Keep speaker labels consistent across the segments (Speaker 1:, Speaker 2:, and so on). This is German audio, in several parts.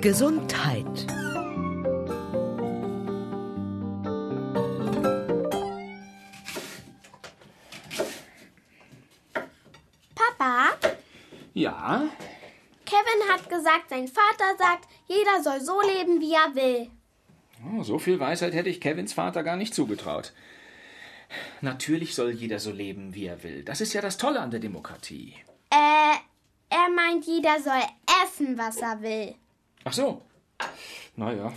Speaker 1: Gesundheit.
Speaker 2: Papa,
Speaker 3: Ja,
Speaker 2: Kevin hat gesagt, sein Vater sagt, jeder soll so leben, wie er will.
Speaker 3: oh, so viel Weisheit hätte ich Kevins Vater gar nicht zugetraut. Natürlich soll jeder so leben, wie er will. Das ist ja das Tolle an der Demokratie.
Speaker 2: Äh, er meint, jeder soll essen, was er will.
Speaker 3: Ach so. Naja.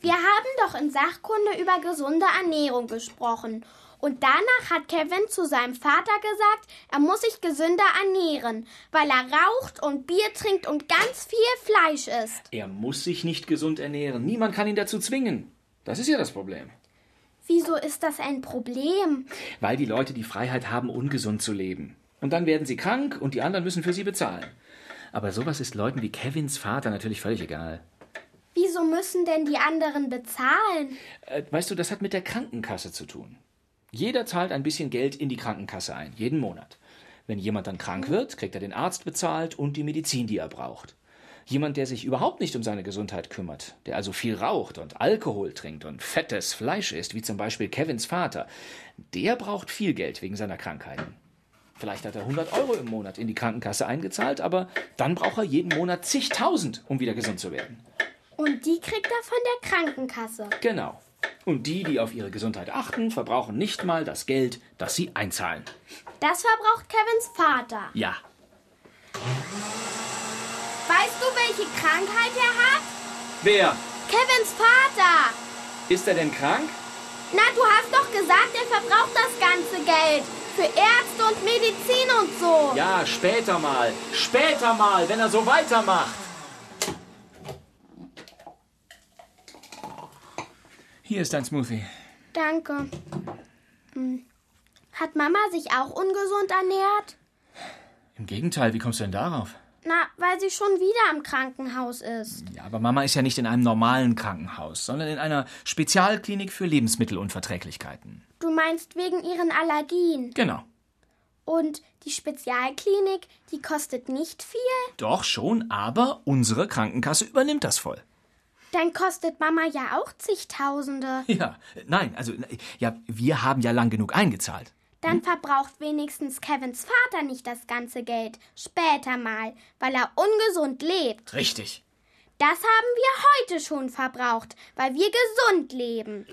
Speaker 2: Wir haben doch in Sachkunde über gesunde Ernährung gesprochen. Und danach hat Kevin zu seinem Vater gesagt, er muss sich gesünder ernähren, weil er raucht und Bier trinkt und ganz viel Fleisch isst.
Speaker 3: Er muss sich nicht gesund ernähren. Niemand kann ihn dazu zwingen. Das ist ja das Problem.
Speaker 2: Wieso ist das ein Problem?
Speaker 3: Weil die Leute die Freiheit haben, ungesund zu leben. Und dann werden sie krank und die anderen müssen für sie bezahlen. Aber sowas ist Leuten wie Kevins Vater natürlich völlig egal.
Speaker 2: Wieso müssen denn die anderen bezahlen?
Speaker 3: Äh, weißt du, das hat mit der Krankenkasse zu tun. Jeder zahlt ein bisschen Geld in die Krankenkasse ein, jeden Monat. Wenn jemand dann krank wird, kriegt er den Arzt bezahlt und die Medizin, die er braucht. Jemand, der sich überhaupt nicht um seine Gesundheit kümmert, der also viel raucht und Alkohol trinkt und fettes Fleisch isst, wie zum Beispiel Kevins Vater, der braucht viel Geld wegen seiner Krankheiten. Vielleicht hat er 100 Euro im Monat in die Krankenkasse eingezahlt, aber dann braucht er jeden Monat zigtausend, um wieder gesund zu werden.
Speaker 2: Und die kriegt er von der Krankenkasse.
Speaker 3: Genau. Und die, die auf ihre Gesundheit achten, verbrauchen nicht mal das Geld, das sie einzahlen.
Speaker 2: Das verbraucht Kevins Vater.
Speaker 3: Ja.
Speaker 2: Weißt du, welche Krankheit er hat?
Speaker 3: Wer?
Speaker 2: Kevins Vater!
Speaker 3: Ist er denn krank?
Speaker 2: Na, du hast doch gesagt, er verbraucht das ganze Geld. Für Ärzte und Medizin und so.
Speaker 3: Ja, später mal. Später mal, wenn er so weitermacht. Hier ist dein Smoothie.
Speaker 2: Danke. Hm. Hat Mama sich auch ungesund ernährt?
Speaker 3: Im Gegenteil, wie kommst du denn darauf?
Speaker 2: Na, weil sie schon wieder im Krankenhaus ist.
Speaker 3: Ja, aber Mama ist ja nicht in einem normalen Krankenhaus, sondern in einer Spezialklinik für Lebensmittelunverträglichkeiten.
Speaker 2: Du meinst wegen ihren Allergien.
Speaker 3: Genau.
Speaker 2: Und die Spezialklinik, die kostet nicht viel?
Speaker 3: Doch schon, aber unsere Krankenkasse übernimmt das voll.
Speaker 2: Dann kostet Mama ja auch zigtausende.
Speaker 3: Ja, nein, also ja, wir haben ja lang genug eingezahlt.
Speaker 2: Dann verbraucht wenigstens Kevins Vater nicht das ganze Geld. Später mal, weil er ungesund lebt.
Speaker 3: Richtig.
Speaker 2: Das haben wir heute schon verbraucht, weil wir gesund leben.